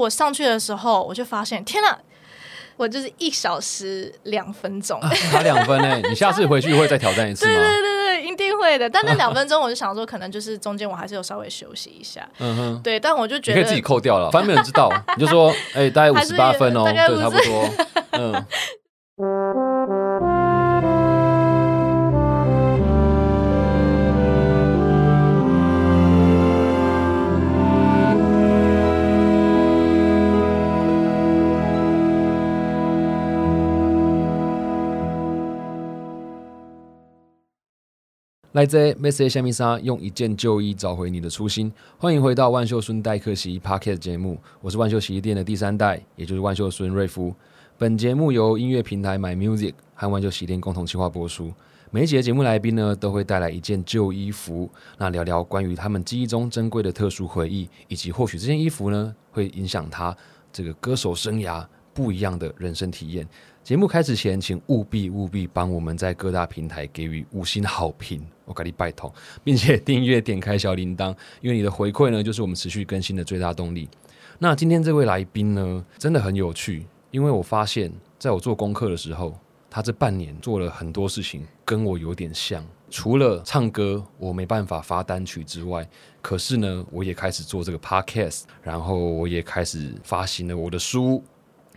我上去的时候，我就发现，天哪！我就是一小时两分钟， 啊差两分呢、你下次回去会再挑战一次对对吗？对对，一定会的。但 那两分钟，我就想说，可能就是中间我还是有稍微休息一 下。嗯哼，对，但我就你觉可以得自己扣掉了，反正没有人 知道。你就说，哎、大概五还十是八分哦，大概对， 50差不多。 嗯，来自 m e s s 虾米莎，用一件旧衣找回你的初心。欢迎回到万秀孙代客洗衣 Pocket 节目，我是万秀洗衣店的第三代，也就是万秀孙瑞夫。本节目由音乐平台 My Music 和万秀洗衣店共同企划播出。每一集的节目来宾呢，都会带来一件旧衣服，那聊聊关于他们记忆中珍贵的特殊回忆，以及或许这件衣服呢，会影响他这个歌手生涯不一样的人生体验。节目开始前，请务必务必帮我们在各大平台给予五星好评，我给你拜托，并且订阅、点开小铃铛，因为你的回馈呢，就是我们持续更新的最大动力。那今天这位来宾呢，真的很有趣，因为我发现，在我做功课的时候，他这半年做了很多事情，跟我有点像。除了唱歌，我没办法发单曲之外，可是呢，我也开始做这个 podcast，然后我也开始发行了我的书，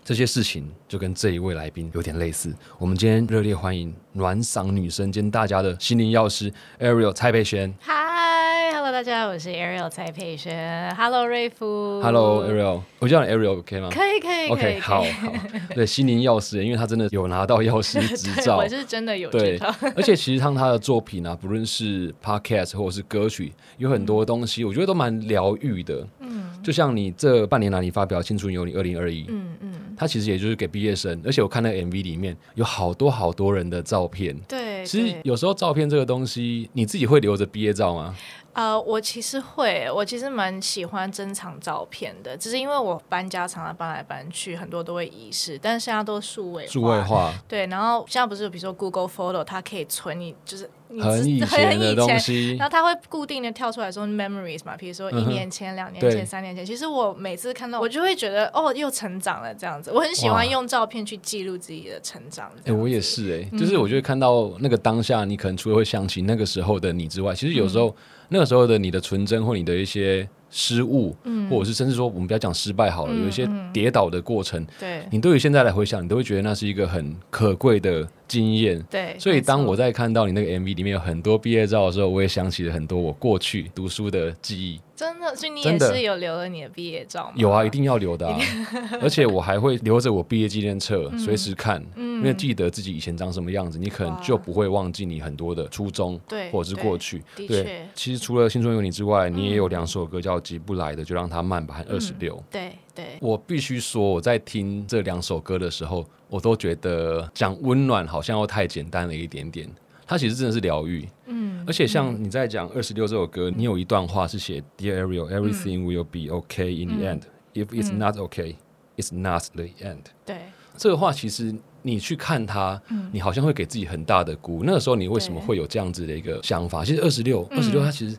这些事情就跟这一位来宾有点类似。我们今天热烈欢迎暖嗓女神兼大家的心灵药师 Ariel 蔡佩轩。嗨，Hello 大家，我是 Ariel 蔡佩轩，Hello 瑞夫 Hello Ariel，我叫你 Ariel OK 吗？可以可以可以 OK，可以好好，对，心灵药师，因为他真的有拿到药师 执对照我，是真的有这对套，而且其实像他的作品啊，不论是 podcast 或者是歌曲，有很嗯多东西，我觉得都蛮疗愈的。嗯，就像你这半年来你发表《青春有你》二零二一，嗯嗯，它其实也就是给毕业生，而且我看那个 MV 里面有好多好多人的照片。 对。其实对有时候照片这个东西，你自己会留着毕业照吗？呃，我其实会，我其实蛮喜欢珍藏照片的，只是因为我搬家常常搬来搬去，很多都会遗失，但是现在都数位数位化，对，然后现在不是比如说 Google Photo，它可以存你就是你很自 以前的东西然，后它会固定的跳出来说 memories 嘛，比如说一嗯哼年前、两年对前、三年前。其实我每次看到，我就会觉得哦，又成长了这样子。我很喜欢哇用照片去记录自己的成长。哎、我也是。是哎、就是我嗯觉得看到那个当下，你可能除了会想起那个时候的你之外，其实有时候、嗯那个时候的你的纯真或你的一些失误，嗯或者是甚至说我们不要讲失败好了，有一些跌倒的过程，对你对于现在来回想，你都会觉得那是一个很可贵的经验。对，所以当没错我在看到你那个 MV 里面有很多毕业照的时候，我也想起了很多我过去读书的记忆。真的，所以你真也的是有留了你的毕业照吗？有啊，一定要留的、啊， 而且我还会留着我毕业纪念册，随时看，因为记得自己以前长什么样子，你可能哇就不会忘记你很多的初衷，对或者是对过去。的对确，其实除了《青春有你》之外，你也有两首歌叫《急不来的就让它慢吧》和《二十六》。对对，我必须说，我在听这两首歌的时候，我都觉得讲温暖好像又太简单了一点点。它其实真的是疗愈，嗯，而且像你在讲二十六这首歌，你有一段话是写 Dear Ariel, everything will be okay in the end. If it's not okay, it's not the end. 对这个话其实你去看它，你好像会给自己很大的鼓。那个时候你为什么对会有这样子的一个想法？其实二十六，二十六它其实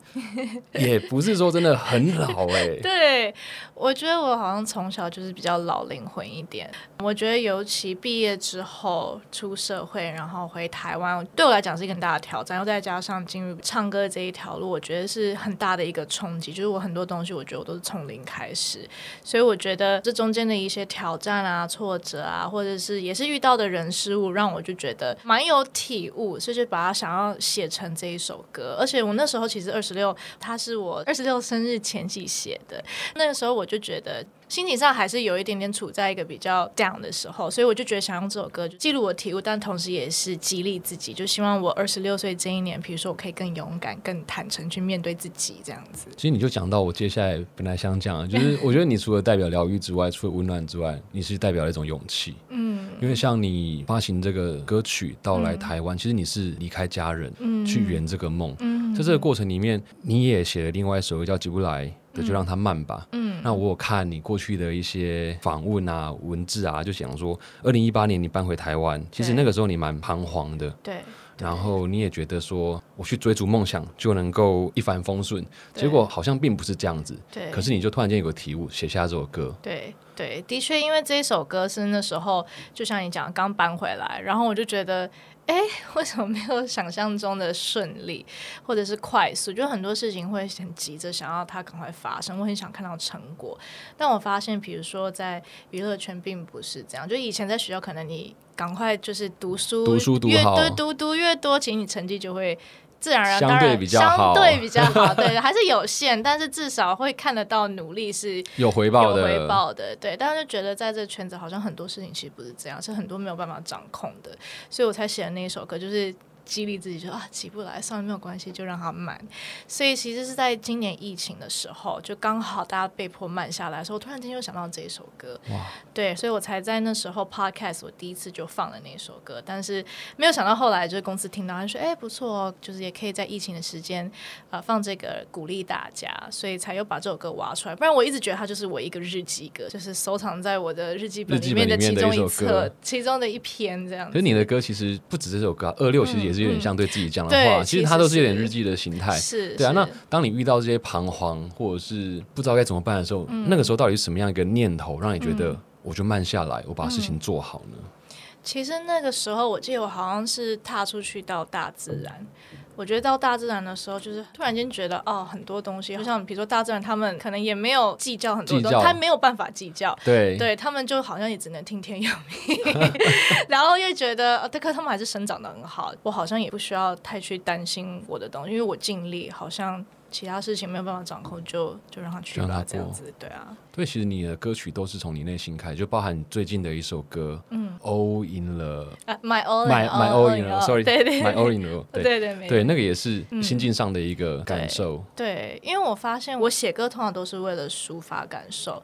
也不是说真的很老哎、对，我觉得我好像从小就是比较老灵魂一点。我觉得尤其毕业之后出社会，然后回台湾，对我来讲是一个很大的挑战。又再加上进入唱歌这一条路，我觉得是很大的一个冲击。就是我很多东西，我觉得我都是从零开始，所以我觉得这中间的一些挑战啊、挫折啊，或者是也是遇到的人事物，让我就觉得蛮有体悟，所以就把它想要写成这一首歌。而且我那时候其实二十六，它是我二十六生日前夕写的，那个时候我就觉得。心情上还是有一点点处在一个比较 down 的时候，所以我就觉得想用这首歌就记录我体悟，但同时也是激励自己，就希望我二十六岁这一年，比如说我可以更勇敢、更坦诚去面对自己这样子。其实你就讲到我接下来本来想讲的，就是 我觉得你除了代表疗愈之外，除了温暖之外，你是代表了一种勇气。嗯，因为像你发行这个歌曲到来台湾，其实你是离开家人、去圆这个梦。嗯，在这个过程里面，你也写了另外一首歌叫《急不来》的，就让它慢吧。嗯，那我有看你过去的一些访问啊、文字啊，就想说，二零一八年你搬回台湾，其实对那个时候你蛮彷徨的，对，然后你也觉得说，我去追逐梦想就能够一帆风顺，对结果好像并不是这样子。对，可是你就突然间有个体悟，写下这首歌，对对，的确，因为这一首歌是那时候，就像你讲，刚搬回来，然后我就觉得，哎，为什么没有想象中的顺利，或者是快速？就很多事情会很急着想要它赶快发生，我很想看到成果。但我发现，比如说在娱乐圈并不是这样，就以前在学校可能你赶快就是读书，读书读越好对读读越多，其实你成绩就会。自然而然，相当对然比较相好对比 较好，对，还是有限，但是至少会看得到努力是有回报有的，回报的，对，但是就觉得在这圈子好像很多事情其实不是这样，是很多没有办法掌控的，所以我才写的那一首歌，就是激励自己，就啊起不来，算了，没有关系，就让它慢。所以其实是在今年疫情的时候，就刚好大家被迫慢下来的时候，我突然间又想到这一首歌，哇，对，所以我才在那时候 podcast 我第一次就放了那首歌，但是没有想到后来就是公司听到，他说哎、不错、哦，就是也可以在疫情的时间啊放这个鼓励大家，所以才又把这首歌挖出来。不然我一直觉得它就是我一个日记歌，就是收藏在我的日记本日里记本面的里面其的中一首一歌册、其中的一篇这样可子是。你的歌其实不止这首歌、啊，二六其实也是有点像对自己讲嗯的话，嗯对其实它都是有点其实是日记的形态。是，对啊，是那当你遇到这些彷徨或者是不知道该怎么办的时候，嗯那个时候到底是什么样一个念头让你觉得我就慢下来，我把事情做好呢？嗯其实那个时候，我记得我好像是踏出去到大自然。我觉得到大自然的时候，就是突然间觉得，哦，很多东西，就像比如说大自然，他们可能也没有计较很多计东较西，他没有办法计较，对，对他们就好像也只能听天由命， 然后又觉得，呃，这个他们还是生长的很好，我好像也不需要太去担心我的东西，因为我尽力，好像其他事情没有办法掌控，就就让它去让它吧过，这样子，对啊，对，其实你的歌曲都是从你内心开始，就包含你最近的一首歌，嗯，All in 了啊，my own ，My My All in 了，Sorry，哦 对对 My All in 了， 对对对，没错对，那个也是心境上的一个感对受，对，因为我发现我写歌通常都是为了抒发感受。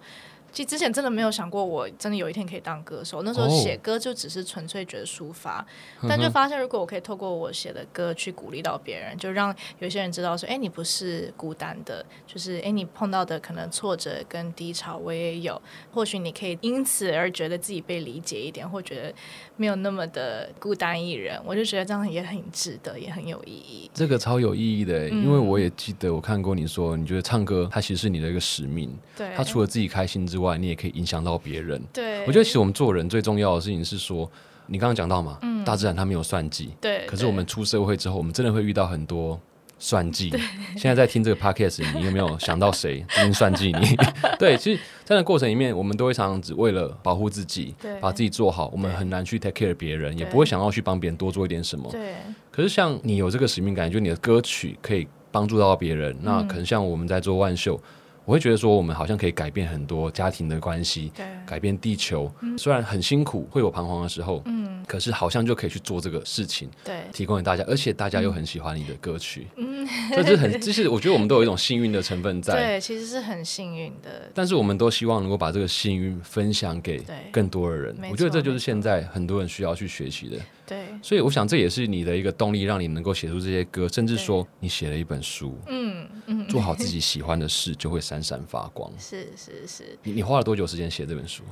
其实之前真的没有想过，我真的有一天可以当歌手。那时候哦嗯写歌就只是纯粹觉得抒发，但就发现如果我可以透过我写的歌去鼓励到别人，就让有些人知道说，哎，你不是孤单的，就是哎，你碰到的可能挫折跟低潮我也有，或许你可以因此而觉得自己被理解一点，或觉得没有那么的孤单一人。我就觉得这样也很值得，也很有意义。这个超有意义的欸，因为嗯我也记得我看过你说，你觉得唱歌它其实是你的一个使命，对，它除了自己开心之外，你也可以影响到别人。对，我觉得其实我们做人最重要的事情是说，你刚刚讲到嘛，嗯大自然它没有算计，对，可是对我们出社会之后，我们真的会遇到很多算计。 现在在听这个 podcast，你有没有想到 谁曾经算计你？ 对，其实，在那过程里面，我们都会常常只为了保护自己对，把自己做好，我们对很难去 take care 别人，也对不会想要去帮别人多做一点什么。对可是像你有这个使命感，就你的歌曲可以帮助到别人，那嗯可能像我们在做万秀，我会觉得说我们好像可以改变很多家庭的关系，对改变地球。嗯虽然很辛苦，会有彷徨的时候，嗯，可是好像就可以去做这个事情。对提供给大家，而且大家又很喜欢你的歌曲，嗯，这是很，这是我觉得我们都有一种幸运的成分在，对，其实是很幸运的。但是我们都希望能够把这个幸运分享给对更多的人没，错我觉得这就是没错现在很多人需要去学习的。对，所以我想这也是你的一个动力，让你能够写出这些歌，甚至说你写了一本书，嗯嗯，做好自己喜欢的事就会闪闪发光。是是是，你你花了多久时间写这本书？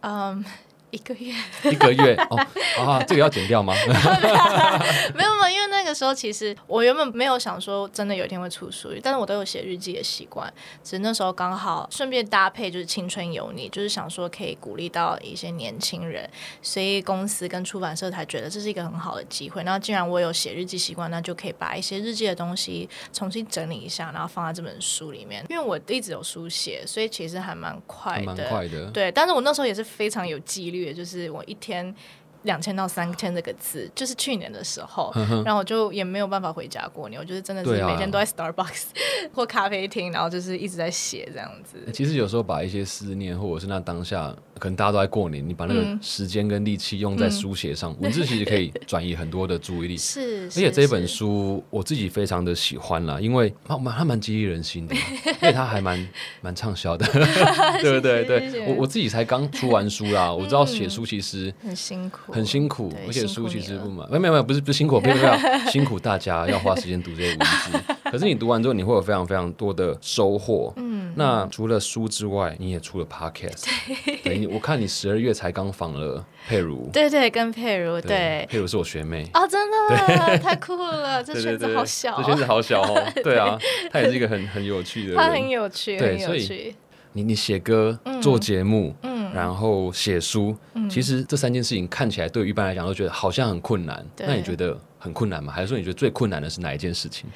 嗯，一个月 一个月哦啊，这个要剪掉吗？没有嘛，因为那个时候其实我原本没有想说真的有一天会出书，但是我都有写日记的习惯，只是那时候刚好顺便搭配就是《青春有你》，就是想说可以鼓励到一些年轻人，所以公司跟出版社才觉得这是一个很好的机会。那既然我有写日记习惯，那就可以把一些日记的东西重新整理一下，然后放在这本书里面。因为我一直有书写，所以其实还蛮快还的，蛮快的。对，但是我那时候也是非常有纪律的，就是我一天。两千到三千这个字，就是去年的时候，然后我就也没有办法回家过年，我就是真的嗯对是啊每天都在 Starbucks 或咖啡厅，然后就是一直在写这样子。其实有时候把一些思念，或者是那当下，可能大家都在过年，你把那嗯个时间跟力气用在书写上，文字其实可 以转移很多的注意力。是，而而且这本书我自己非常的喜欢啦，因为它蛮它蛮激励人心的，因为它 还蛮蛮畅销的，对不对？谢对谢嗯我我自己才刚出完书啦，我知道写书其实很辛苦，很辛苦对，而且辛苦书其你实了 不满，没有没有没有不是不是辛苦，没有没有辛苦大家要花时间读这些文字。可是你读完之后，你会有非常非常多的收获。嗯，那除了书之外，你也出了 podcast。对，你我看你十二月才刚访了佩如，对对，跟佩如对。佩如是我学妹。哦，真的太酷了！这对圈对子对，好小、这圈哦，子好小 哦。对啊，她也是一个很很有趣的它很人。有趣，对很有所以趣。你你写歌、嗯做节目，然后写书，其实这三件事情看起来对于一般来讲都觉得好像很困难。对那你觉得很困难吗？还是说你觉得最困难的是哪一件事情？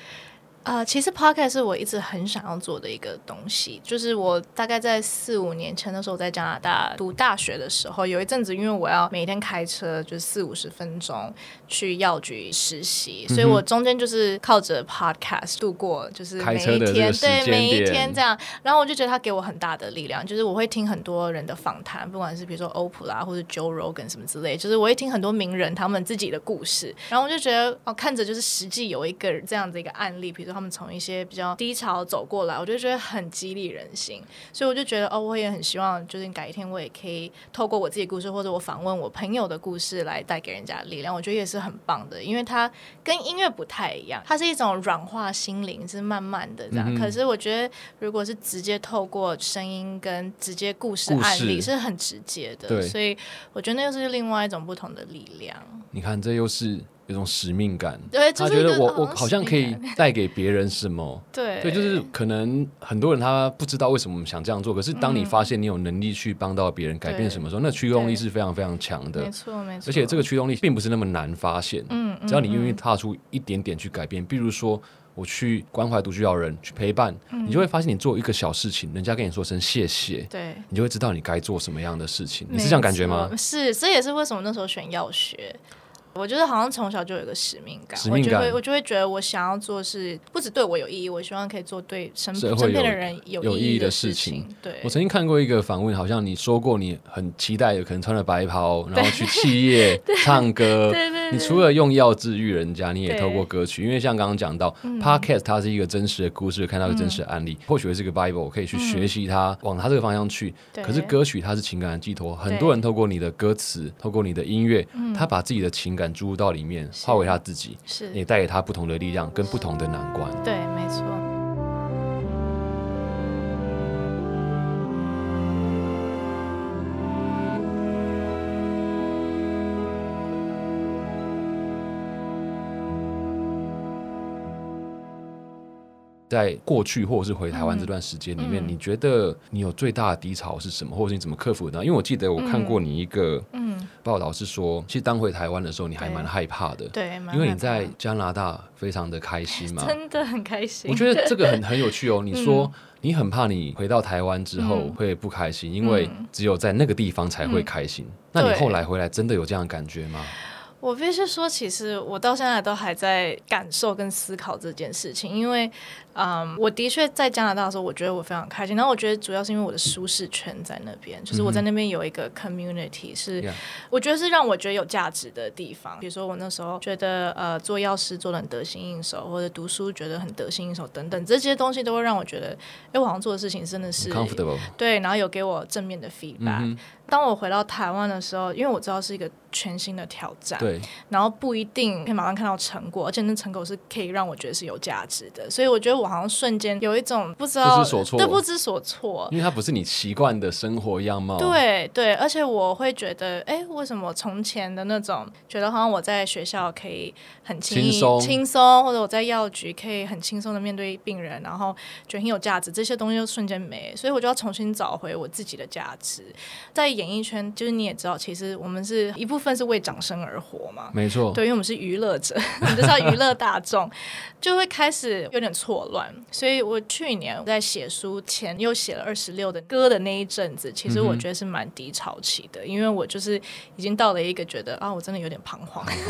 呃，其实 podcast 是我一直很想要做的一个东西，就是我大概在四五年前的时候，我在加拿大读大学的时候，有一阵子因为我要每天开车就是四五十分钟去药局实习，所以嗯我中间就是靠着 podcast 度过，就是开每车一的这天个时对间每一点天这样，然后我就觉得它给我很大的力量，就是我会听很多人的访谈，不管是比如说欧普拉或者 Joe Rogan 什么之类，就是我会听很多名人他们自己的故事，然后我就觉得哦，看着就是实际有一个这样的一个案例，比如说他们从一些比较低潮走过来，我就觉得很激励人心，所以我就觉得哦，我也很希望就是改天我也可以透过我自己的故事或者我访问我朋友的故事来带给人家力量，我觉得也是很棒的，因为它跟音乐不太一样，它是一种软化心灵，是慢慢的这嗯样。可是我觉得，如果是直接透过声音跟直接故事故事案例，是很直接的，对所以我觉得那又是另外一种不同的力量。你看，这又是有种使命感。对，就他是觉一个嗯得我我好像可使以命感带给别人什 么。对对，就是可能很多人他不知道为什么我们想这样做，可是当嗯你发现你有能力去帮到别人、改变什么时候，那驱动力是非常非常强的没。错没错，而且这个驱动力并不是那么难发现，嗯只要你愿意踏出一点点去改变，比如说我去关怀独居老人，去陪伴，嗯你就会发现你做一个小事情，人家跟你说声谢谢，对。你就会知道你该做什么样的事情。你是没这样感觉吗错？？是，这也是为什么那时候选药学。我觉得好像从小就有一个使命感，使命我就会感我就会觉得我想要做是不只对我有意义，我希望可以做对身社身会边的有人有有意意义的事事情。对我，曾经看过一个访问，好像你说过你很期待，有可能穿了白袍，然后去企 业唱歌。对对你除了用药治愈人家，你也对嗯透过歌曲，因为像刚刚讲到、podcast 它是一个真实的故事，看到一个真实的案例，或许会是个 Bible，我可以去学嗯习它，往它这个方向去。对可是歌曲它是情感的寄托，很多人透过你的歌词，透过你的音乐，嗯他把自己的情感注入到里面，化为他自己，是也带给他不同的力量跟不同的难关。对，没错。在过去或者是回台湾这段时间里面，嗯你觉得你有最大的低潮是什么，或者是你怎么克服的呢？因为我记得我看过你一个嗯，报道是说，其实当回台湾的时候，你还蛮害怕的，对，蛮因为你害怕在加拿大非常的开心嘛。真的 很开心。我觉得这个很很有趣 哦。你说你很怕你回到台湾之后嗯会不开心，因为只有在那个地方才会开心。那你对后来回来真的有这样的感觉吗？我必须说，其实我到现在都还在感受跟思考这件事情，因为，嗯，我的确在加拿大的时候，我觉得我非常开心。然后我觉得主要是因为我的舒适圈在那边，就是我在那边有一个 community，是嗯 Yeah 我觉得是让我觉得有价值的地方。比如说我那时候觉得，呃，做药师做的很得心应手，或者读书觉得很得心应手等等，这些东西都会让我觉得，哎，我好像做的事情真的是 comfortable，嗯对，然后有给我正面的 feedback、当我回到台湾的时候，因为我知道是一个全新的挑战，对，然后不一定可以马上看到成果，而且那成果是可以让我觉得是有价值的，所以我觉得我好像瞬间有一种不知道不知所措嗯对，不知所措。因为它不是你习惯的生活样貌。对对，而且我会觉得，哎，为什么从前的那种觉得好像我在学校可以很轻易轻松轻松，或者我在药局可以很轻松的面对病人，然后觉得很有价值，这些东西就瞬间没，所以我就要重新找回我自己的价值。在演艺圈，就是你也知道，其实我们是一部分是为掌声而活嘛，没错，对，因为我们是娱乐者，我们就是要娱乐大众， 就会开始有点错乱。所以我去年在写书前又写了二十六的歌的那一阵子，其嗯实我觉得是蛮低潮期的，因为我就是已经到了一个觉得啊，我真的有点彷徨，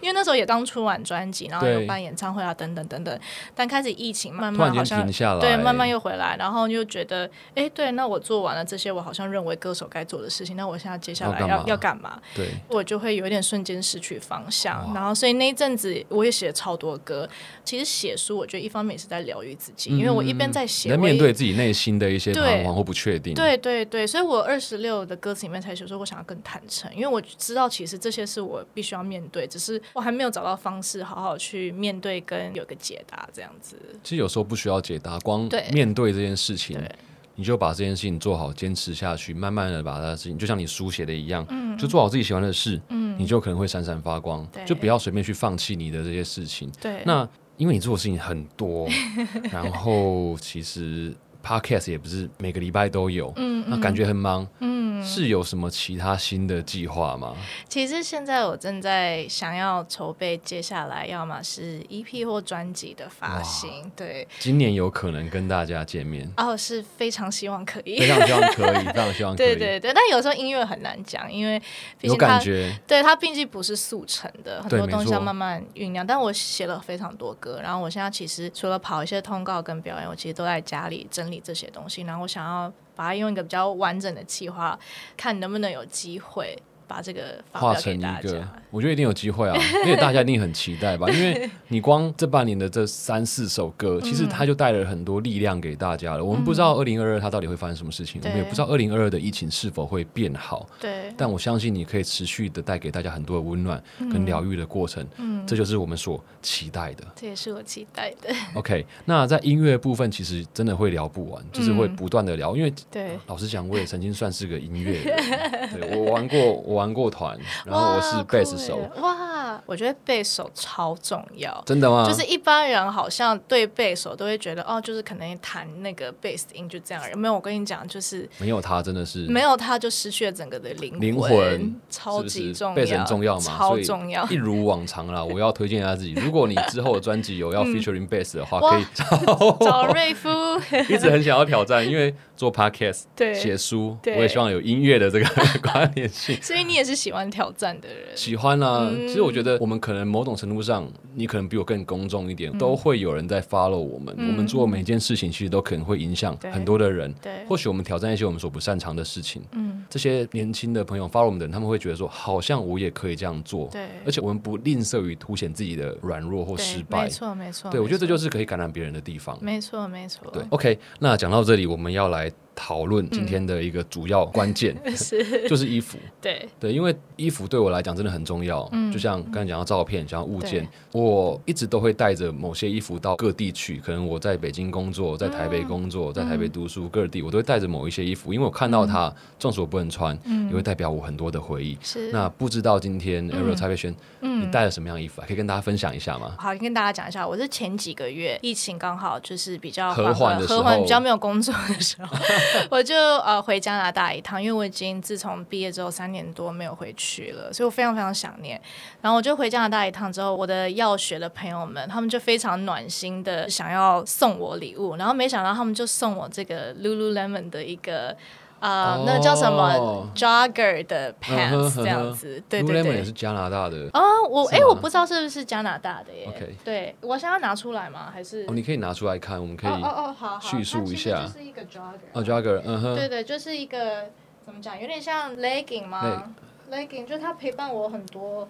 因为那时候也刚出完专辑，然后有嗯对办演唱会啊，等等等等。但开始疫情慢突慢然好间像停下来，对，慢慢又回来，然后又觉得，哎，对，那我做完了这些我好像认为歌手该做的事情，那我现在接下要来干要嘛要干嘛？对。我就会有一点瞬间失去方向哇。然后，所以那一阵子我也写了超多歌。其实写书，我觉得一方面也是在疗愈自己，因为我一边在写，来我也嗯面对自己内心的一些对彷徨或不确定。对对对，所以我二十六的歌词里面才写说，我想要更坦诚，因为我知道其实这些是我必须要面对，只是我还没有找到方式好好去面对跟有个解答这样子。其实有时候不需要解答，光对面对这件事情对，你就把这件事情做好，坚持下去，慢慢的把它的事情，就像你书写的一样，就做好自己喜欢的事，你就可能会闪闪发光，嗯对就不要随便去放弃你的这些事情。对，那因为你做的事情很 多，然后其实 podcast 也不是每个礼拜都有，嗯那感觉很忙，是有什么其他新的计划吗？其实现在我正在想要筹备接下来要么是 EP 或专辑的发行，对，，今年有可能跟大家见面 哦，是非常希望可 以非。常希望可以，非常希望可以，对对对，但有时候音乐很难讲，因为毕有竟感它觉。对它毕竟不是速成的，很对多东没西错要慢慢酝酿。但我写了非常多歌，然后我现在其实除了跑一些通告跟表演，我其实都在家里整理这些东西，然后我想要把它用一个比较完整的计划，看能不能有机会把这个发化表成给一大个家。，我觉得一定有机 会啊，因为大家一定很期待吧。因为你光这半年的这三四首歌，嗯其实它就带了很多力量给大家了。我们不知道二零二二它到底会发生什么事情，我对嗯们也不知道二零二二的疫情是否会变好。对但我相信你可以持续的带给大家很多的温暖嗯跟疗愈的过程，这就是我们所期待的。这也是我期待的。 OK，那在音乐部分其实真的会聊不完，就是会不断的聊，因为嗯对，老实讲，我也曾经算是个音乐 人，对我玩过，我玩过团，然后我是哇贝斯手，。酷耶欸哇，我觉得贝手超重要。真的吗？就是一般人好像对贝手都会觉得哦，就是可能弹那个贝斯音就这样而已。没有，我跟你讲，就是没有他真的是没有他就失去了整个的灵灵魂超是级不是重要，贝斯很重要嘛，超所以重要一。如往常 啦，我要推荐一下自己。如果你之后的专辑有要 featuring bass 的话，嗯哇可以 找瑞夫，一直很想要挑战，因为做 podcast 对写书，我对也希望有音乐的这个 关 联性。所以你也是喜欢挑战的人，喜欢啦、嗯其实我觉得我们可能某种程度上，你可能比我更公众一点，嗯都会有人在 follow 我们。我们做每件事情，其实都可能会影响对很多的人。对或许我们挑战一些我们所不擅长的事情，嗯，这些年轻的朋友 follow 我们的人，他们会觉得说，好像我也可以这样做。对而且我们不吝啬于凸显自己的软弱或对，失败没。错没错，对，我觉得这没错就是可以感染别人的地方。没错没错，嗯对，OK，那讲到这里，我们要来讨论今天的一个主要 关键， 是，就是衣服。对对，因为衣服对我来讲真的很重要，就像刚才讲到照片，讲到物件嗯对，我一直都会带着某些衣服到各地去。可能我在北京工作，在台嗯北工作，在台北读书，各地我都会带着某一些衣服，因为我看嗯到它，纵使我不能穿，也会代表我很多的回忆。是。嗯那不知道今天 Ariel 蔡佩轩，你带了什么样的衣服啊？可以跟大家分享一下吗？好，跟大家讲一下，我是前几个月疫情刚好就是比较和缓的时候和缓比较没有工作的时候，我就呃回加拿大一趟，因为我已经自从毕业之后三年多没有回去了，所以我非常非常想念。然后我就回加拿大一趟之后，我的药学的朋友们，他们就非常暖心的想要送我礼物，然后没想到他们就送我这个 Lululemon 的一个。呃哦那叫什么 jogger 的嗯哼嗯 pants 哼这样子，对 l u 对 l e 也对是，加拿大的，哦，我是哎、吗我不知道是不是加拿大的耶。 OK 对，我现在要拿出来吗？还是？哦，你可以拿出来看，我们可以哦哦哦，好好。叙述它其实一下就是一个 jogger。哦 Jagger，嗯哼，对对，就是一个怎么讲，有点像 legging 吗？legging 就是它陪伴我很多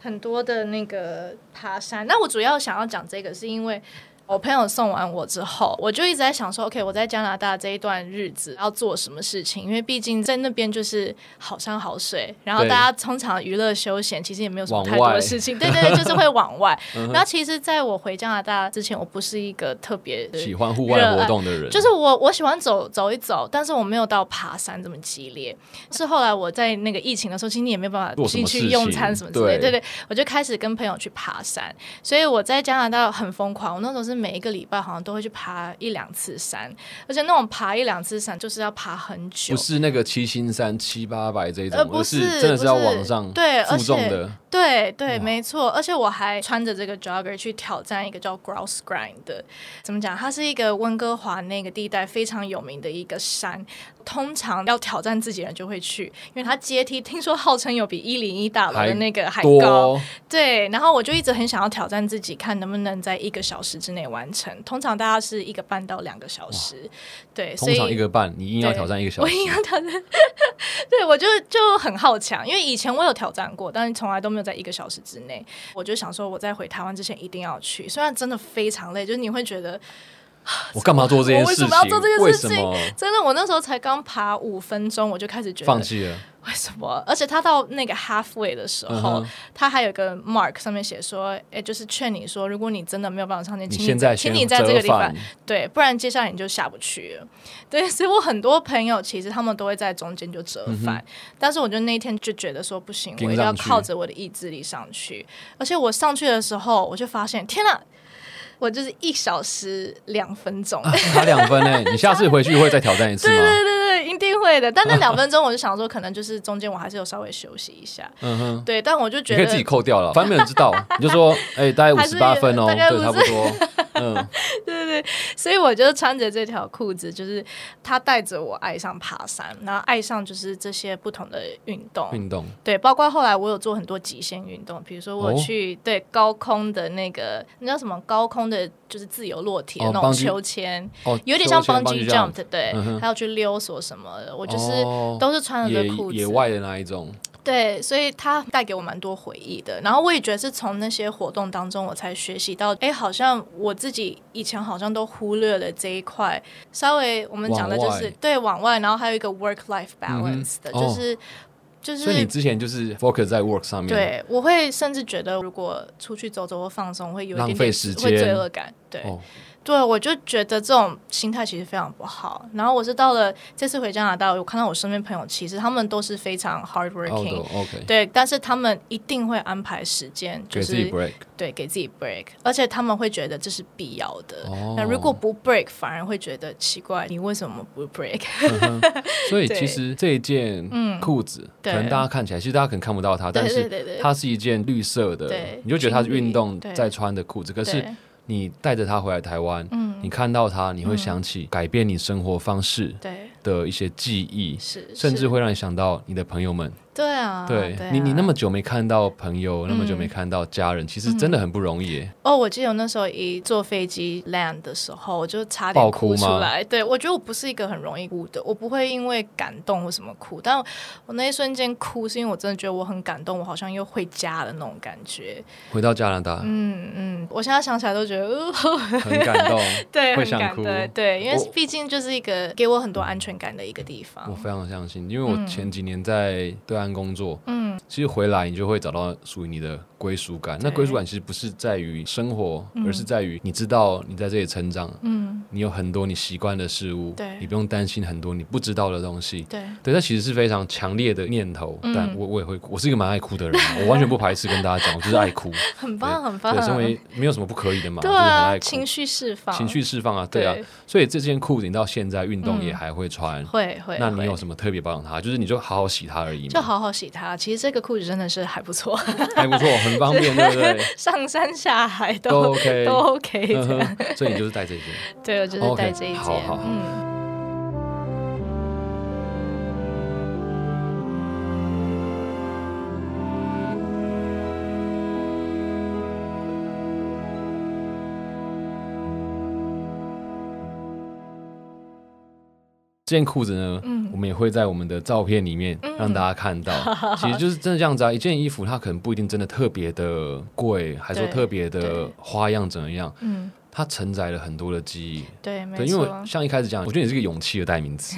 很多的那个爬山。那我主要想要讲这个，是因为。我朋友送完我之后，我就一直在想说，OK，我在加拿大这一段日子要做什么事情？因为毕竟在那边就是好山好水，然后对大家通常娱乐休闲其实也没有什么往太多外嗯的事情，对对对，就是会往 外。然后其实在我回加拿大之前，我不是一个特别喜欢户外活动的人，就是我我喜欢走走一走，但是我没有到爬山这么激烈。是后来我在那个疫情的时候，其实你也没有办法做什么进事去情用餐什么之类的，对对对，我就开始跟朋友去爬山。所以我在加拿大很疯狂，我那时候是每一个礼拜好像都会去爬一两次山，而且那种爬一两次山就是要爬很久不。是那个七星山七八百这一种，呃不而是真的是要不是往上对负重而且的，对对，没错，而且我还穿着这个 jogger 去挑战一个叫 Grouse Grind 的，怎么讲？它是一个温哥华那个地带非常有名的一个山，通常要挑战自己的人就会去，因为它阶梯听说号称有比一零一大楼还的那个还多高。哦对，然后我就一直很想要挑战自己，看能不能在一个小时之内完成。通常大家是一个半到两个小时，对，所通以常一个半，你硬要挑战一个小我时，硬要挑战， 对我就就很好强，因为以前我有挑战过，但是从来都没有在一个小时之内。我就想说，我在回台湾之前一定要去，虽然真的非常累，就是你会觉得 我干嘛做这件事情？我为什么要做这件为事什情么真的，我那时候才刚爬五分钟，我就开始觉得放弃了？为什么？而且他到那个 halfway 的时嗯候，哼他还有个 mark 上面写说，哎、就是劝你说，如果你真的没有办法上去，你请现在请先你在这个地折方返，对，不然接下来你就下不去了。对，所以我很多朋友其实他们都会在中间就折返，但是我就那一天就觉得说不行，嗯顶我一定要上去靠着我的意志力上去。而且我上去的时候，我就发现，天哪！我就是一小时两分钟， 差两分呢、你下次回去会再挑战一次啊吗？对对对，一定会的。但那两分钟，我就想说，可能就是中间我还是有稍微休息一下。嗯哼，对，但我就你觉可以得自己扣掉了，反正没有人知道。你就说，哎、大概五还十是八分哦，大概对， 50差不多。嗯，对对对，所以我就穿着这条裤子，就是他带着我爱上爬山，然后爱上就是这些不同的运动。运动对，包括后来我有做很多极限运动，比如说我哦去、对高空的那个，那叫什么？高空的就是自由落体的哦那种 bungee- 秋千，哦，有点像秋千 bungee bungee jump，对，嗯哼还有去溜索什么的，我就是、哦都是穿着这裤子。野野外的那一种，对，所以它带给我蛮多回忆的。然后我也觉得是从那些活动当中，我才学习到，哎，好像我自己以前好像都忽略了这一块。稍微我们讲的就往是外对往外，然后还有一个 work life balance 的，嗯哼就哦是、就所以你是。之前就是 focus 在 work 上面，，对，我会甚至觉得，如果出去走走或放松，会有一点浪点费时会罪间恶感。对，哦，对，我就觉得这种心态其实非常不好。然后我是到了这次回加拿大，我看到我身边朋友，其实他们都是非常澳 hardworking，洲 OK，对，但是他们一定会安排时间，就给自己是 break，对给自己 break，而且他们会觉得这是必要的。哦那如果不 break，反而会觉得奇怪，你为什么不 break？所以对嗯其实这一件裤子，可对能大家看起来，其实大家可能看不到它，但对是对对它是一件绿色的对，你就觉得它是青绿运动对在穿的裤子，可对，嗯是你带着它回来台湾，你看到它，你会想起改变你生活方式对的一些记忆。是，甚至是会让你想到你的朋友们，对啊，对啊嗯你，你那么久没看到朋友，那么久没看到家人，其实真的很不容易耶。哦，我记得我那时候一坐飞机 land 的时候，我就差爆点哭哭出吗来。对，我觉得我不是一个很容易哭的，我不会因为感动或什么哭，但我那一瞬间哭是因为我真的觉得我很感动，我好像又回家了那种感觉。回到加拿大，嗯嗯，我现在想起来都觉得，呃、很感动，对，会很想感哭对对，因我为毕竟就是一个给我很多安全感的一个地我方。非常相信，因嗯为我前几年在对岸工作，嗯，其实回来你就会找到属于你的归属感。那对归属感其实不是在于生活，而是在于你知道你在这里成长，嗯，你有很多你习惯的事物，对你不用担心很多你不知道的东西。对，对，那其实是非常强烈的念头，嗯但我我也会，我是一个蛮爱哭的人，啊我完全不排斥跟大家讲，我就是 爱哭，很棒，很棒对，。身为没有什么不可以的嘛，对就是很爱啊，哭，情绪释放，情绪释放啊，对啊，对嗯所以这件裤子你到现在运动也还会穿，会会。那你会有什么特别保养它？就是你就好好洗它而已就嘛，好好洗它。其实这个裤子真的是还不错，还不错，很方便，对不 对？上山下海都都 OK，都 OK 嗯的。哼 所以你就是带这件。对，我就是带这一件。OK，好好好嗯，这件裤子呢，嗯我们也会在我们的照片里面让大家 看到。其实就是真的这样子啊，一件衣服它可能不一定真的特别的贵，还说对特别的对花样怎么样，嗯它承载了很多的记忆。对，没对，因为我错。像一开始讲，我觉得你是个勇气的代 名词。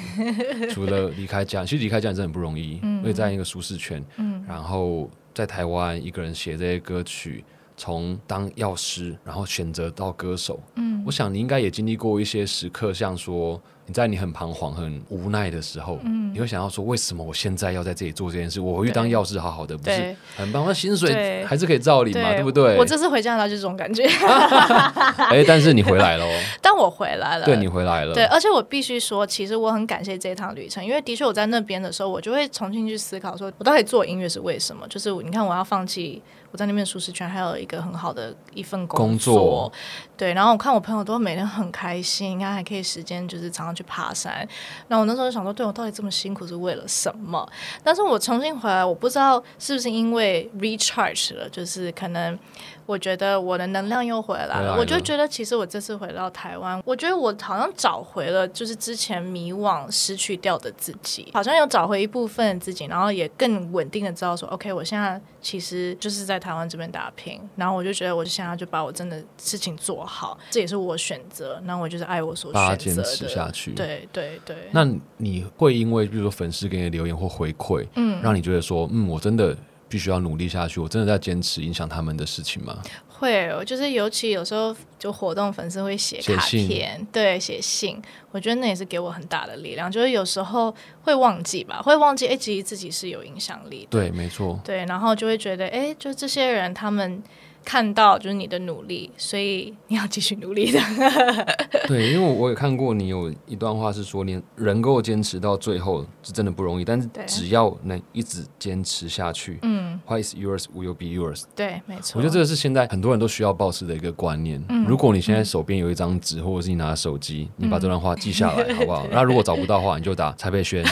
除了离开家，其实离开家真的很不容易，因为在一个舒适圈，嗯然后在台湾一个人写这些歌曲，从当药师，然后选择到歌手，嗯我想你应该也经历过一些时刻，像说你在你很彷徨、很无奈的时候，嗯你会想要说，为什么我现在要在这里做这件事？我回去对当药师好好的，不是对很棒？那薪水对还是可以照领嘛，对不对我？这次回加拿大就是这种感觉，哎，但是你回来 了哦，但我回来了。对你回来了，对，而且我必须说，其实我很感谢这一趟旅程，因为的确我在那边的时候，我就会重新去思考说，我到底做音乐是为什么？就是你看，我要放弃我在那边的舒适圈，还有一个很好的一份工作作对，然后我看我朋友都每天很开心，应该还可以时间就是常常去去爬山。那我那时候就想说，对我到底这么辛苦是为了什么？但是我重新回来，我不知道是不是因为 recharge 了，就是可能我觉得我的能量又回来回来了，了我就觉得其实我这次回到台湾，我觉得我好像找回了就是之前迷惘失去掉的自己，好像有找回一部分自己，然后也更稳定的知道说，OK，我现在其实就是在台湾这边打拼，然后我就觉得我现在就把我真的事情做好，这也是我选择，那我就是爱我所把它选坚择持的，下去对对对，那你会因为比如说粉丝给你的留言或回馈，嗯，让你觉得说，嗯，我真的必须要努力下去，我真的在坚持影响他们的事情吗？会，我就是尤其有时候就活动粉丝会写写卡信片，对，写信，我觉得那也是给我很大的力量。就是有时候会忘记吧，会忘记，哎，其实自己是有影响力的，对，没错，对，然后就会觉得，哎，就这些人他们看到就是你的努力，所以你要继续努力的。 对，因为我有看过你有一段话是说，你能够坚持到最后是真的不容易，但是对只要能一直坚持下去，嗯，What is yours will be yours。对，没错，我觉得这个是现在很多人都需要保持的一个观念。嗯如果你现在手边有一张纸，或者是你拿手机，你把这段话记下 来，好不好？那如果找不到的话，你就打蔡佩轩，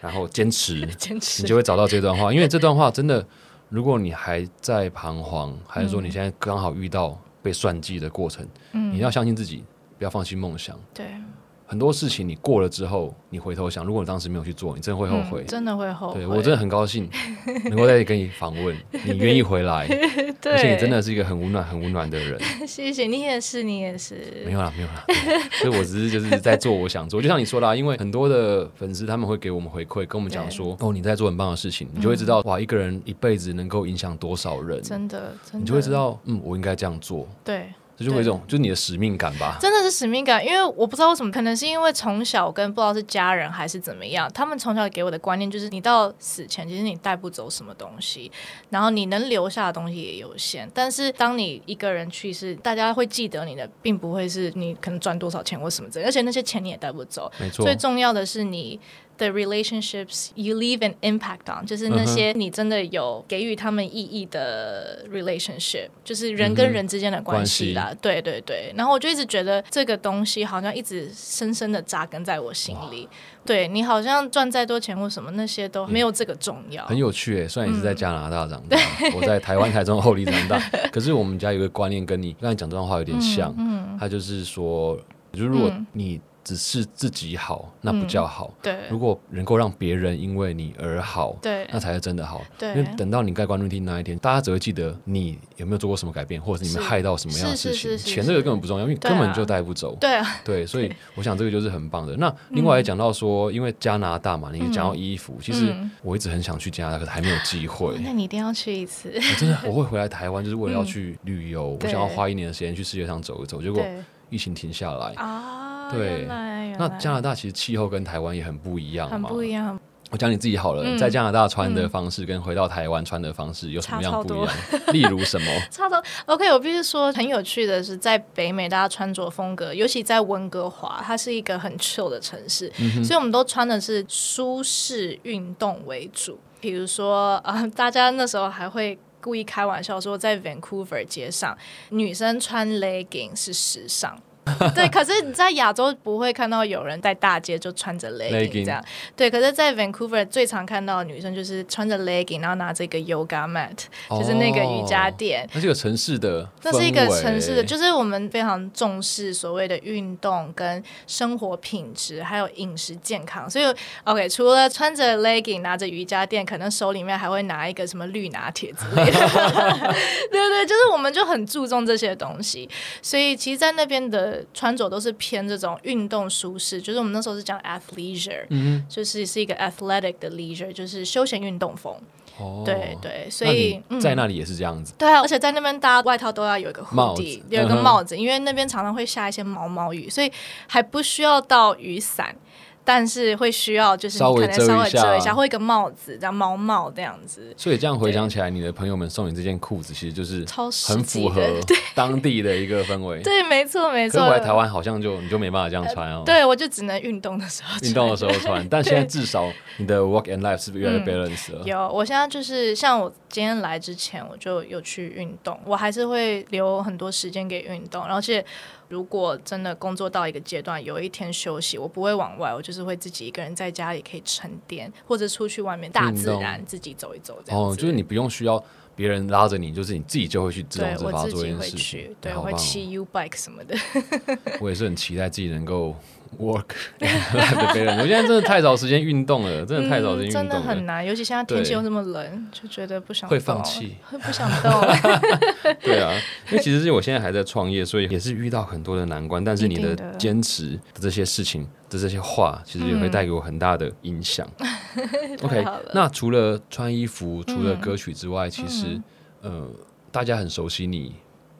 然后坚持， 坚持你就会找到这段话，因为这段话真的，如果你还在彷徨，还是说嗯你现在刚好遇到被算计的过程，你要相信自己，不要放弃梦想。对，很多事情你过了之后，你回头想，如果你当时没有去做，你真的会后悔。嗯真的会后悔。对我真的很高兴能够再跟你访问，你愿意回 来，对，而且你真的是一个很温暖、很温暖的 人。谢谢你也是，你也是没，有啦，没有啦， 对所以我只是就是在做我想做，就像你说的、啊，因为很多的粉丝他们会给我们回馈，跟我们讲说，哦，你在做很棒的事情，你就会知道、哇，一个人一辈子能够影响多少人，嗯真的，真的，你就会知道，嗯，我应该这样做，对。这就会有一种就是你的使命感吧。真的是使命感，因为我不知道为什么，可能是因为从小跟不知道是家人还是怎么样，他们从小给我的观念就是，你到死前其实你带不走什么东西，然后你能留下的东西也有限。但是当你一个人去世，大家会记得你的，并不会是你可能赚多少钱或什么之类的，而且那些钱你也带不走。没错，最重要的是你的 relationships you leave an impact on，就是嗯那些你真的有给予他们意义的 relationship，就是人嗯跟人之间的关系啦。对对对。然后我就一直觉得这个东西好像一直深深的扎根在我心里。对你好像赚再多钱或什么那些都没有这个重要。很有趣诶，虽然你是嗯在加拿大长大，我在台 湾台中后里长大，可是我们家有一个观念跟你刚才讲这段话有嗯点像，他就是说，就是如果你只是自己好，那嗯不叫好。对如果能够让别人因为你而好，对那才是真的好。对因为等到你盖棺论定那一天，大家只会记得你有没有做过什么改变，或者是你们是害到什么样的是事是情。是是钱这个根本不重要，因为对啊根本就带不走。对啊，对，所以我想这个就是很棒的。那另外也讲到说，因为加拿大嘛，你也讲到衣嗯服，其实我一直很想去加拿大，可是还没有机会。那你一定要去一次。我真的我会回来台湾，就是为了要去旅游，我嗯对想要花一年的时间去世界上走一走。结果对疫情停下来，啊，对原来原那来加拿大其实气候跟台湾也很不一样很嘛。不一样，我讲你自己好了，嗯在加拿大穿的方式跟回到台湾穿的方式有什么样不一样？例如什么？差不多。OK，我必须说很有趣的是，在北美大家穿着风格，尤其在温哥华，它是一个很 chill 的城市，所以我们都穿的是舒适运动为主。比如说，呃，大家那时候还会。故意开玩笑说，在 Vancouver 街上，女生穿 legging 是时尚，对。可是你在亚洲不会看到有人在大街就穿着 Legging legging 这样，对。可是，在 Vancouver 最常看到的女生就是穿着 legging，然后拿着一个 yoga mat，就是那个瑜哦伽垫，那是一个城市的，那是一个城市的，。就是我们非常重视所谓的运动跟生活品质，还有饮食健康。所以，OK，除了穿着 legging 拿着瑜伽垫，可能手里面还会拿一个什么绿拿铁之 类的。对对，就是我们就很注重这些东西。所以，其实，在那边的穿着都是偏这种运动舒适，就是我们那时候是讲 athleisure，、就是嗯是一个 athletic 的 leisure，就是休闲运动风。哦对对，所那以嗯你在那里也是这样子。对啊，而且在那边大家外套都要有一个帽护子底，有一个嗯哼帽子，因为那边常常会下一些毛毛雨，所以还不需要到雨伞，但是会需要就是稍你微可能稍微遮一下遮一下，或一个帽子，然后毛帽这样子。所以这样回想起来，你的朋友们送你这件裤子，其实就是超实很际的符合当地的一个氛围。对，没错，没可是错回。来台湾好像就你就没办法这样穿哦。对，我就只能运动的时候运穿动的时候穿，但现在至少你的 work and life 是不是越嗯来越 balance 了？有，我现在就是像我今天来之前，我就有去运动，我还是会留很多时间给运动，而且如果真的工作到一个阶段，有一天休息，我不会往外，我就是会自己一个人在家里可以沉淀，或者出去外面大自然自己走一走这样子。哦，就是你不用需要别人拉着你，就是你自己就会去自动对自我发自做这己件会事情去，。对，好我会棒哦骑 U bike 什么的。我也是很期待自己能 够 work 懒得被人。我现在真的太少时间运动了，真的太少嗯时间真运的动很哦了，难，尤其现在天气对又这么冷，就觉得不想会放动弃， 会不想动。对啊，因为其实是我现在还在创业，所以也是遇到很多的难关。但是一你定的的嗯坚持的这些事情的这些话，其实也会带给我很大的 影响。OK，好了嗯那除了穿衣服、除了歌曲之外，其实呃，大家很熟悉你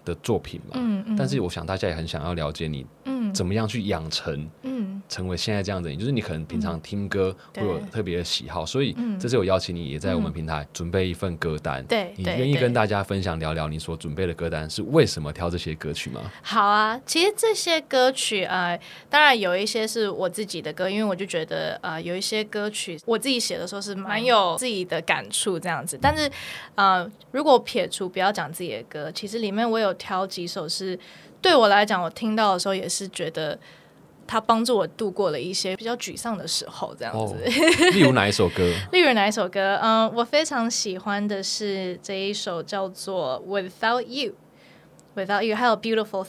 的作品嘛，嗯嗯，但是我想大家也很想要了解你嗯怎么样去养成嗯成为现在这样的你，就是你可能平常听歌会对有特别的喜好，所以嗯这次有邀请你也在我们平台准备一份歌单。对你对愿意对跟大家分享聊聊你所准备的歌单是为什么挑这些歌曲吗？好啊，其实这些歌曲呃，当然有一些是我自己的歌，因为我就觉得呃，有一些歌曲我自己写的时候是蛮有自己的感触这样子。但是呃，如果撇除不要讲自己的歌，其实里面我有挑几首是对我来讲，我听到的时候也是觉得它帮助我度过了一些比较沮丧的时候这样哦子。， 例如哪一首歌？例如哪一首歌？嗯，我非常喜欢的是这一首叫做《Without You》，Without You，还有《Beautiful Things》。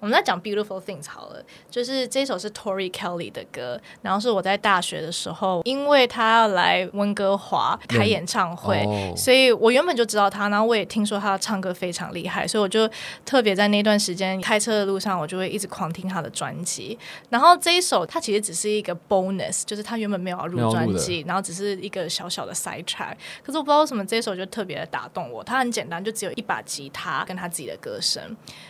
我们在讲《Beautiful Things》好了，就是这首是 Tori Kelly 的歌，然后是我在大学的时候，因为他要来温哥华开演唱 会，哦所以我原本就知道他，然后我也听说他唱歌非常厉害，所以我就特别在那段时间开车的路上，我就会一直狂听他的专辑。然后这一首它其实只是一个 bonus，就是他原本没有要没有入要录专的辑，然后只是一个小小的 side track。可是我不知道为什么这一首就特别的打动我，它很简单，就只有一把吉他跟他自己的歌声。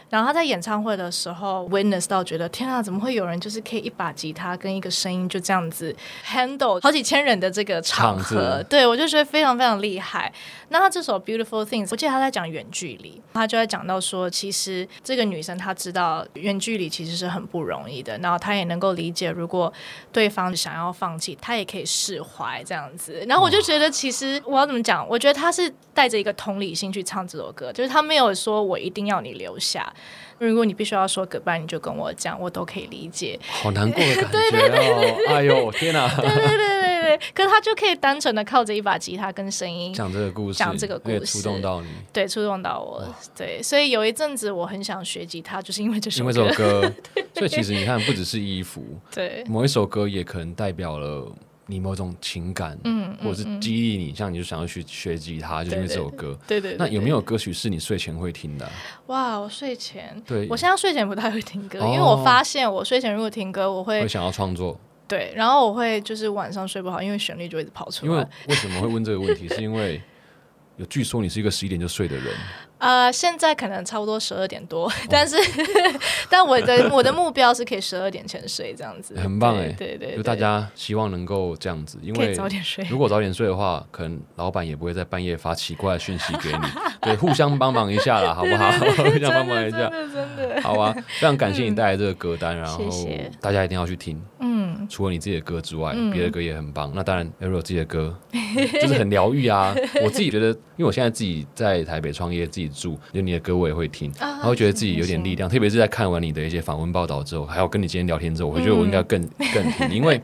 然后他在演唱会的时候，witness 到觉得天啊，怎么会有人就是可以一把吉他跟一个声音就这样子 handle 好几千人的这个场场合？子对我就觉得非常非常厉害。那他这首《Beautiful Things》，我记得他在讲远距离，他就在讲到说，其实这个女生她知道远距离其实是很不容易的，然后她也能够理解，如果对方想要放弃，她也可以释怀这样子。然后我就觉得，其实我要怎么讲？我觉得他是带着一个同理心去唱这首歌，就是他没有说我一定要你留下，如果你必须要说 goodbye，你就跟我讲，我都可以理 解。好难过 的感觉啊哦！ 哎呦，天哪！对对对对，可是他就可以单纯的靠着一把吉他跟声音讲这个故事，讲这个故事也触动到你，对，触动到我。对，所以有一阵子我很想学吉他，就是因为这首因为这歌。首歌。 所以其实你看，不只是衣服，对，某一首歌也可能代表了你某种情感，嗯，或者是嗯激励你，像你就想要去学吉他，就是因为这首歌。对对对那有没有？有歌曲是你睡前会听的啊、哇，我睡前，对，我现在睡前不太会听歌，哦因为我发现我睡前如果听歌，我会会想要创作，对，然后我会就是晚上睡不好，因为旋律就一直跑出因为来。为什么会问这个问题？是因为有据说你是一个十一点就睡的人，呃，现在可能差不多十二点多，但是 但我的我的目标是可以十二点前睡这样子，很棒对哎对 对，就大对家希望能够这样子，因可为以早点睡。如果早点睡的话，可能老板也不会在半夜发奇怪的讯息给你。对，互相帮忙一下啦，好不 好？ 互相帮忙一下，好啊！非常感谢你带来这个歌单，然后嗯谢谢大家一定要去听。嗯，除了你自己的歌之外，别的歌也很棒。那当然 e r o 自己的歌 就是很疗愈 啊。我自己觉得，因为我现在自己在台北创业，自己住，就你的歌我也会听，啊然后觉得自己有点力量。特别是在看完你的一些访问报道之后，还有跟你今天聊天之后，我嗯觉得我应该更、更听，因 为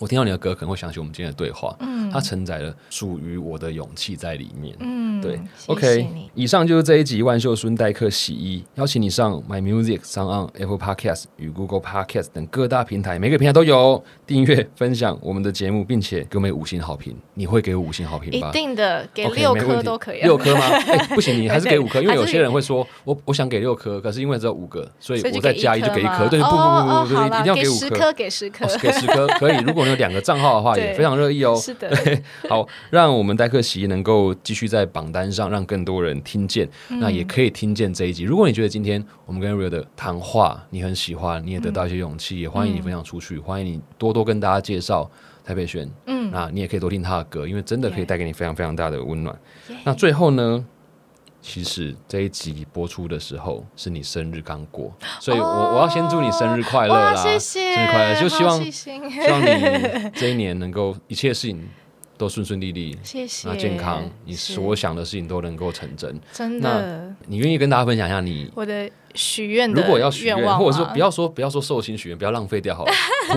我听到你的歌，可能会想起我们今天的对话，它承载了属于我的勇气在里面。嗯，对谢谢，OK，你以上就是这一集万秀孙代客洗衣，邀请你上 My Music、上 On、Apple Podcast 与 Google Podcast 等各大平台，每个平台都有哦订阅、分享我们的节目，并且给我们五星好评。你会给五星好评一吧？定的，给 OK，六没问颗题都可以啊，六颗吗？哎，不行，你还是给五颗，因为还是有些人会说，我我想给六颗，可是因为只有五个，所以所以我再加一就给一颗。嘛对，不不哦不哦不好不，一啦定要给五十颗，给十颗哦，给十颗可以。如果你有两个账号 的话，对也非常乐意哦。是 的， 好，让我们戴克奇能够继续在榜单上让更多人听见，嗯那也可以听见这一集。如果你觉得今天我们跟 Rio 的谈话你很喜欢，你也得到一些勇嗯气，也欢迎你分享出去，欢迎你多多跟大家介绍台北轩。嗯，那你也可以多听他的歌，因为真的可以 Yeah 带给你非常非常大的温暖。 Yeah 那最后呢？其实这一集播出的时候是你生日刚过，所以我、哦我要先祝你生日快乐啦！哇，谢谢，生日快乐！就希望好细心希望你这一年能够一切事情都顺顺利利，谢谢。那健康，你是所想的事情都能够成真。真的，你愿意跟大家分享一下你我的许愿的如果要许愿愿，望啊或者说吗不要说不要说寿星许愿，不要浪费掉好了。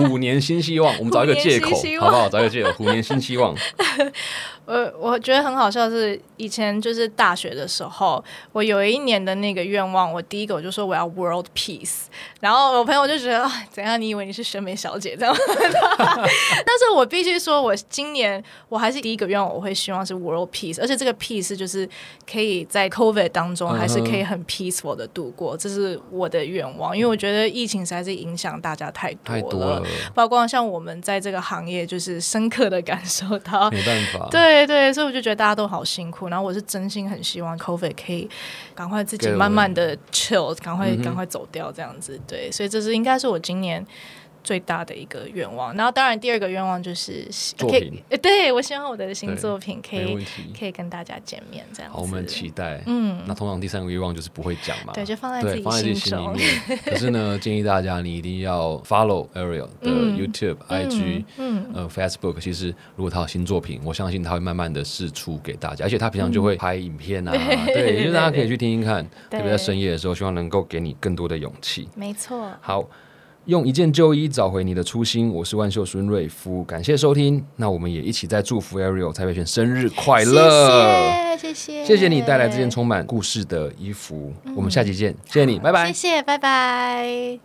虎年新 希望，我们找一个借虎口年新希，望好不好？找一个借口，虎年新 希望。呃，我觉得很好笑的是，以前就是大学的时候，我有一年的那个愿望，我第一个我就说我要 world peace，然后我朋友就觉得啊，怎样？你以为你是审美小姐这样？ 但是我必须说，我今年我还是第一个愿望，我会希望是 world peace，而且这个 peace 就是可以在 covid 当中嗯哼还是可以很 peaceful 的度过，这是我的愿望，因为我觉得疫情实在是影响大家太多太了，多了，包括像我们在这个行业，就是深刻的感受到。没办法。 对对，所以我就觉得大家都好辛苦，然后我是真心很希望 COVID 可以赶快自己 Get away 慢慢的 chill，赶快、嗯哼赶快走掉这样子。对，所以这是应该是我今年最大的一个愿望。然后当然第二个愿望就是作可以品，呃对我希望我的新对作品可没问以题。可以跟大家见面这样子。好，我们期待。嗯，那通常第三个愿望就是不会讲嘛，对，就放在自对，己放在自己心心里中。面。可 是呢，建议大家你一定要 follow Ariel 的嗯 YouTube、IG 嗯。嗯呃，Facebook 其实如果他有新作品，我相信他会慢慢的释出给大家，而且他平常就会拍 影片啊，对，就是大家可以去听听看，嗯特对别在深夜的时候，希望能够给你更多的勇气。没错，好，用一件旧衣找回你的初心，我是万秀孙瑞夫，感谢收听，那我们也一起在祝福 Ariel 蔡佩璇生日快乐，谢谢，谢谢，谢谢你带来这件充满故事的衣服，我们下期见，谢谢你，拜拜谢。谢，拜拜。